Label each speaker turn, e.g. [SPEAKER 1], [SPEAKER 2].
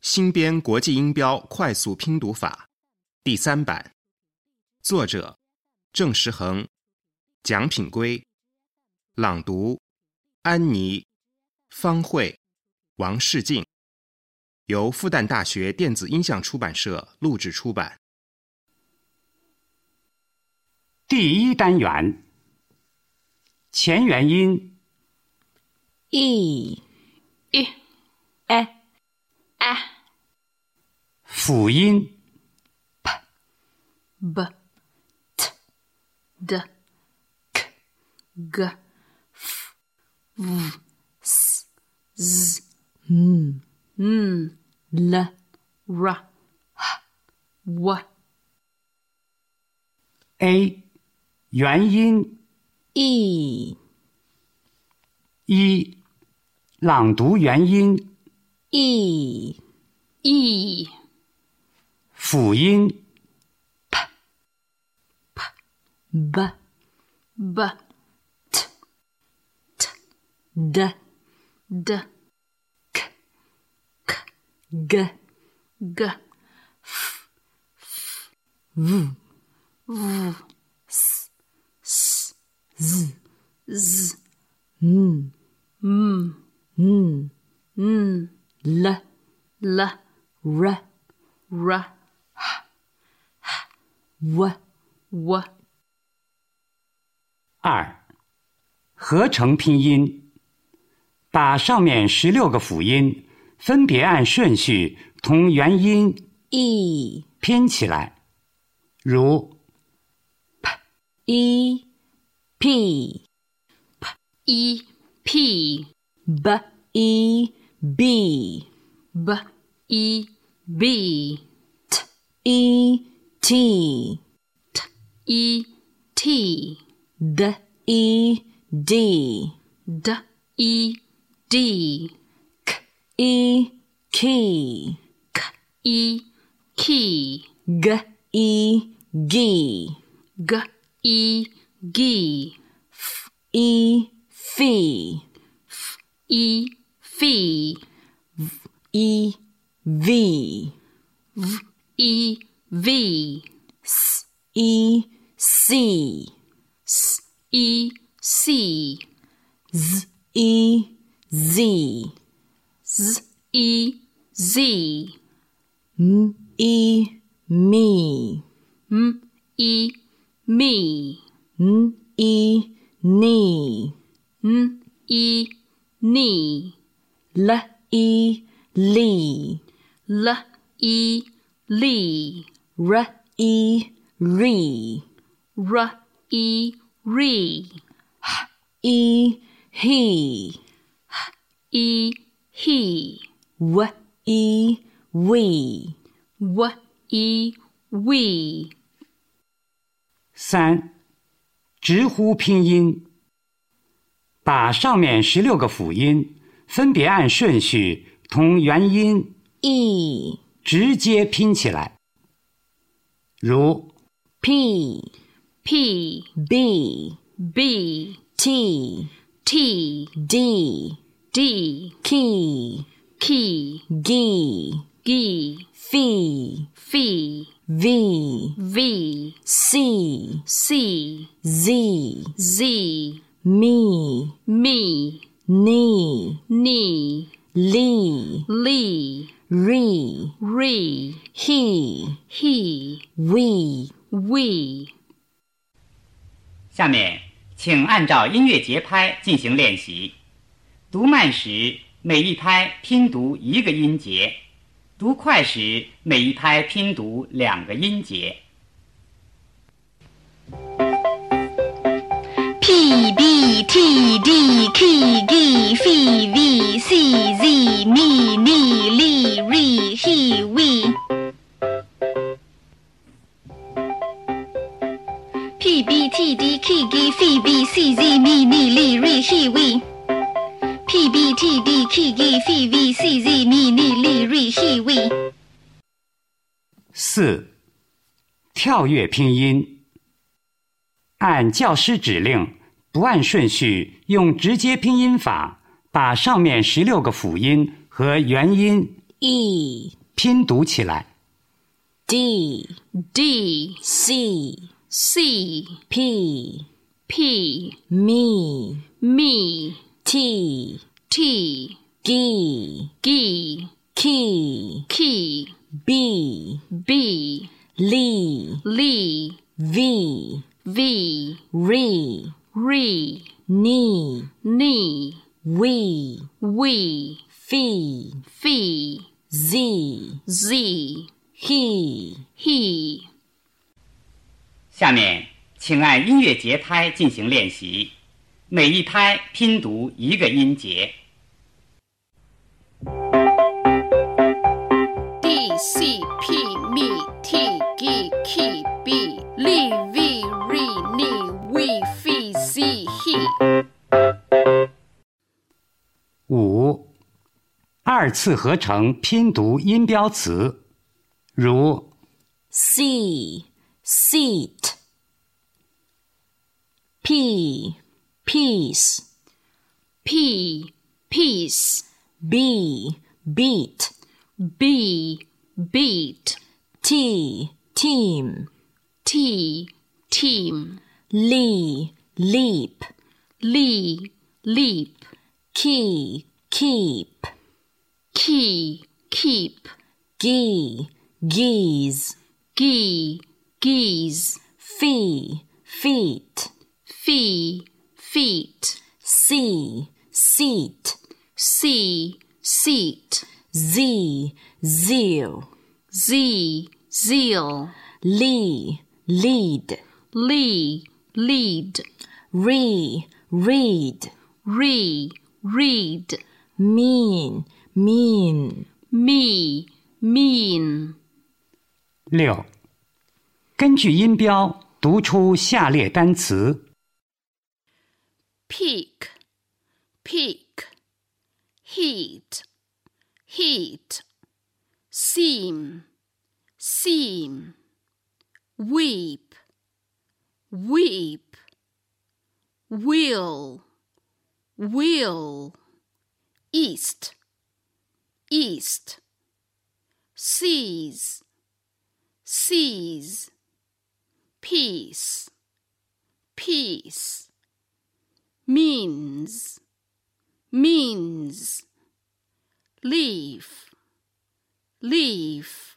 [SPEAKER 1] 新编国际音标快速拼读法》第三版，作者郑时恒、蒋品归，朗读安妮、方慧、王世进，由复旦大学电子音像出版社录制出版。
[SPEAKER 2] 第一单元前元音
[SPEAKER 3] e
[SPEAKER 4] i
[SPEAKER 3] e
[SPEAKER 4] a
[SPEAKER 2] 辅音
[SPEAKER 4] b t d k g f v s z
[SPEAKER 3] m
[SPEAKER 4] n
[SPEAKER 3] l
[SPEAKER 4] r h w
[SPEAKER 2] a 元音
[SPEAKER 3] e
[SPEAKER 2] 一，朗读元音
[SPEAKER 3] e
[SPEAKER 4] e
[SPEAKER 2] 辅音
[SPEAKER 3] b
[SPEAKER 4] b t
[SPEAKER 3] d
[SPEAKER 4] d
[SPEAKER 3] g
[SPEAKER 4] g f
[SPEAKER 3] v
[SPEAKER 4] v s s z z
[SPEAKER 3] m
[SPEAKER 4] m
[SPEAKER 3] m
[SPEAKER 4] n
[SPEAKER 3] l
[SPEAKER 4] l
[SPEAKER 3] r
[SPEAKER 4] r
[SPEAKER 3] w
[SPEAKER 4] w
[SPEAKER 2] 二，合成拼音，把上面十六个辅音分别按顺序同元音
[SPEAKER 3] e
[SPEAKER 2] 拼起来，如
[SPEAKER 3] e p
[SPEAKER 4] e p
[SPEAKER 3] b e b
[SPEAKER 4] b e b
[SPEAKER 3] e t
[SPEAKER 4] e t
[SPEAKER 3] d e d
[SPEAKER 4] d e d
[SPEAKER 3] e k
[SPEAKER 4] k e key
[SPEAKER 3] g e g
[SPEAKER 4] g e gee
[SPEAKER 3] e fee
[SPEAKER 4] e fee
[SPEAKER 3] e v
[SPEAKER 4] e v
[SPEAKER 3] e c
[SPEAKER 4] s e c
[SPEAKER 3] z e z
[SPEAKER 4] z e z
[SPEAKER 3] m e me
[SPEAKER 4] m e me
[SPEAKER 3] n e knee
[SPEAKER 4] n e knee
[SPEAKER 3] l e lee
[SPEAKER 4] l e lee
[SPEAKER 3] r e re
[SPEAKER 4] r e re
[SPEAKER 3] e he
[SPEAKER 4] e he
[SPEAKER 3] w e we
[SPEAKER 4] w e we
[SPEAKER 2] 三，直呼拼音，把上面十六个辅音分别按顺序同元音
[SPEAKER 3] e
[SPEAKER 2] 直接拼起来，如
[SPEAKER 3] p
[SPEAKER 4] p
[SPEAKER 3] b
[SPEAKER 4] b
[SPEAKER 3] t
[SPEAKER 4] t
[SPEAKER 3] d
[SPEAKER 4] d
[SPEAKER 3] key
[SPEAKER 4] key
[SPEAKER 3] gee
[SPEAKER 4] gee
[SPEAKER 3] fee
[SPEAKER 4] fee
[SPEAKER 3] v
[SPEAKER 4] v
[SPEAKER 3] c
[SPEAKER 4] c
[SPEAKER 3] z
[SPEAKER 4] z
[SPEAKER 3] me
[SPEAKER 4] me
[SPEAKER 3] knee
[SPEAKER 4] knee
[SPEAKER 3] lee
[SPEAKER 4] lee
[SPEAKER 3] re
[SPEAKER 4] re
[SPEAKER 3] he
[SPEAKER 4] he
[SPEAKER 3] we
[SPEAKER 4] we
[SPEAKER 5] 下面，请按照音乐节拍进行练习。读慢时，每一拍拼读一个音节；读快时，每一拍拼读两个音节。
[SPEAKER 6] P B T D K G F V C Z M N L R H W P B T D K G F V C Z M N E L R H W P B T D K G F V C Z M N E L R H W
[SPEAKER 2] 四，跳跃拼音，按教师指令，不按顺序，用直接拼音法把上面十六个辅音和元音
[SPEAKER 3] e
[SPEAKER 2] 拼读起来。
[SPEAKER 3] d
[SPEAKER 4] D
[SPEAKER 3] c
[SPEAKER 4] C
[SPEAKER 3] p
[SPEAKER 4] P
[SPEAKER 3] me
[SPEAKER 4] me
[SPEAKER 3] t
[SPEAKER 4] T
[SPEAKER 3] g
[SPEAKER 4] G
[SPEAKER 3] key
[SPEAKER 4] Key
[SPEAKER 3] b
[SPEAKER 4] B
[SPEAKER 3] lee
[SPEAKER 4] Lee
[SPEAKER 3] v
[SPEAKER 4] V
[SPEAKER 3] re
[SPEAKER 4] Re
[SPEAKER 3] knee
[SPEAKER 4] Knee
[SPEAKER 3] we
[SPEAKER 4] We
[SPEAKER 3] fee
[SPEAKER 4] Fee
[SPEAKER 3] z
[SPEAKER 4] Z
[SPEAKER 3] he
[SPEAKER 4] He
[SPEAKER 5] 下面，请按音乐节拍进行练习，每一拍拼读一个音节。
[SPEAKER 4] D C P M E T G K B L V R N W F Z H
[SPEAKER 2] 五、二次合成拼读音标词，如
[SPEAKER 3] C seat P peace
[SPEAKER 4] P Peace
[SPEAKER 3] B beat
[SPEAKER 4] B Beat
[SPEAKER 3] T team
[SPEAKER 4] T Team
[SPEAKER 3] Lee leap
[SPEAKER 4] Lee Leap
[SPEAKER 3] Key keep
[SPEAKER 4] Key Keep
[SPEAKER 3] Gee geese
[SPEAKER 4] Gee Geese
[SPEAKER 3] Fee feet
[SPEAKER 4] Fee Feet
[SPEAKER 3] C seat
[SPEAKER 4] C Seat
[SPEAKER 3] Z zeal
[SPEAKER 4] Z Zeal
[SPEAKER 3] Lee lead
[SPEAKER 4] Lee Lead
[SPEAKER 3] Re read
[SPEAKER 4] Re Read
[SPEAKER 3] mean, mean,
[SPEAKER 4] me mean
[SPEAKER 2] 六。根据音标读出下列单词：
[SPEAKER 4] peak peak heat heat seam seam weep weep will will east east seize seize peace peace means means leave leave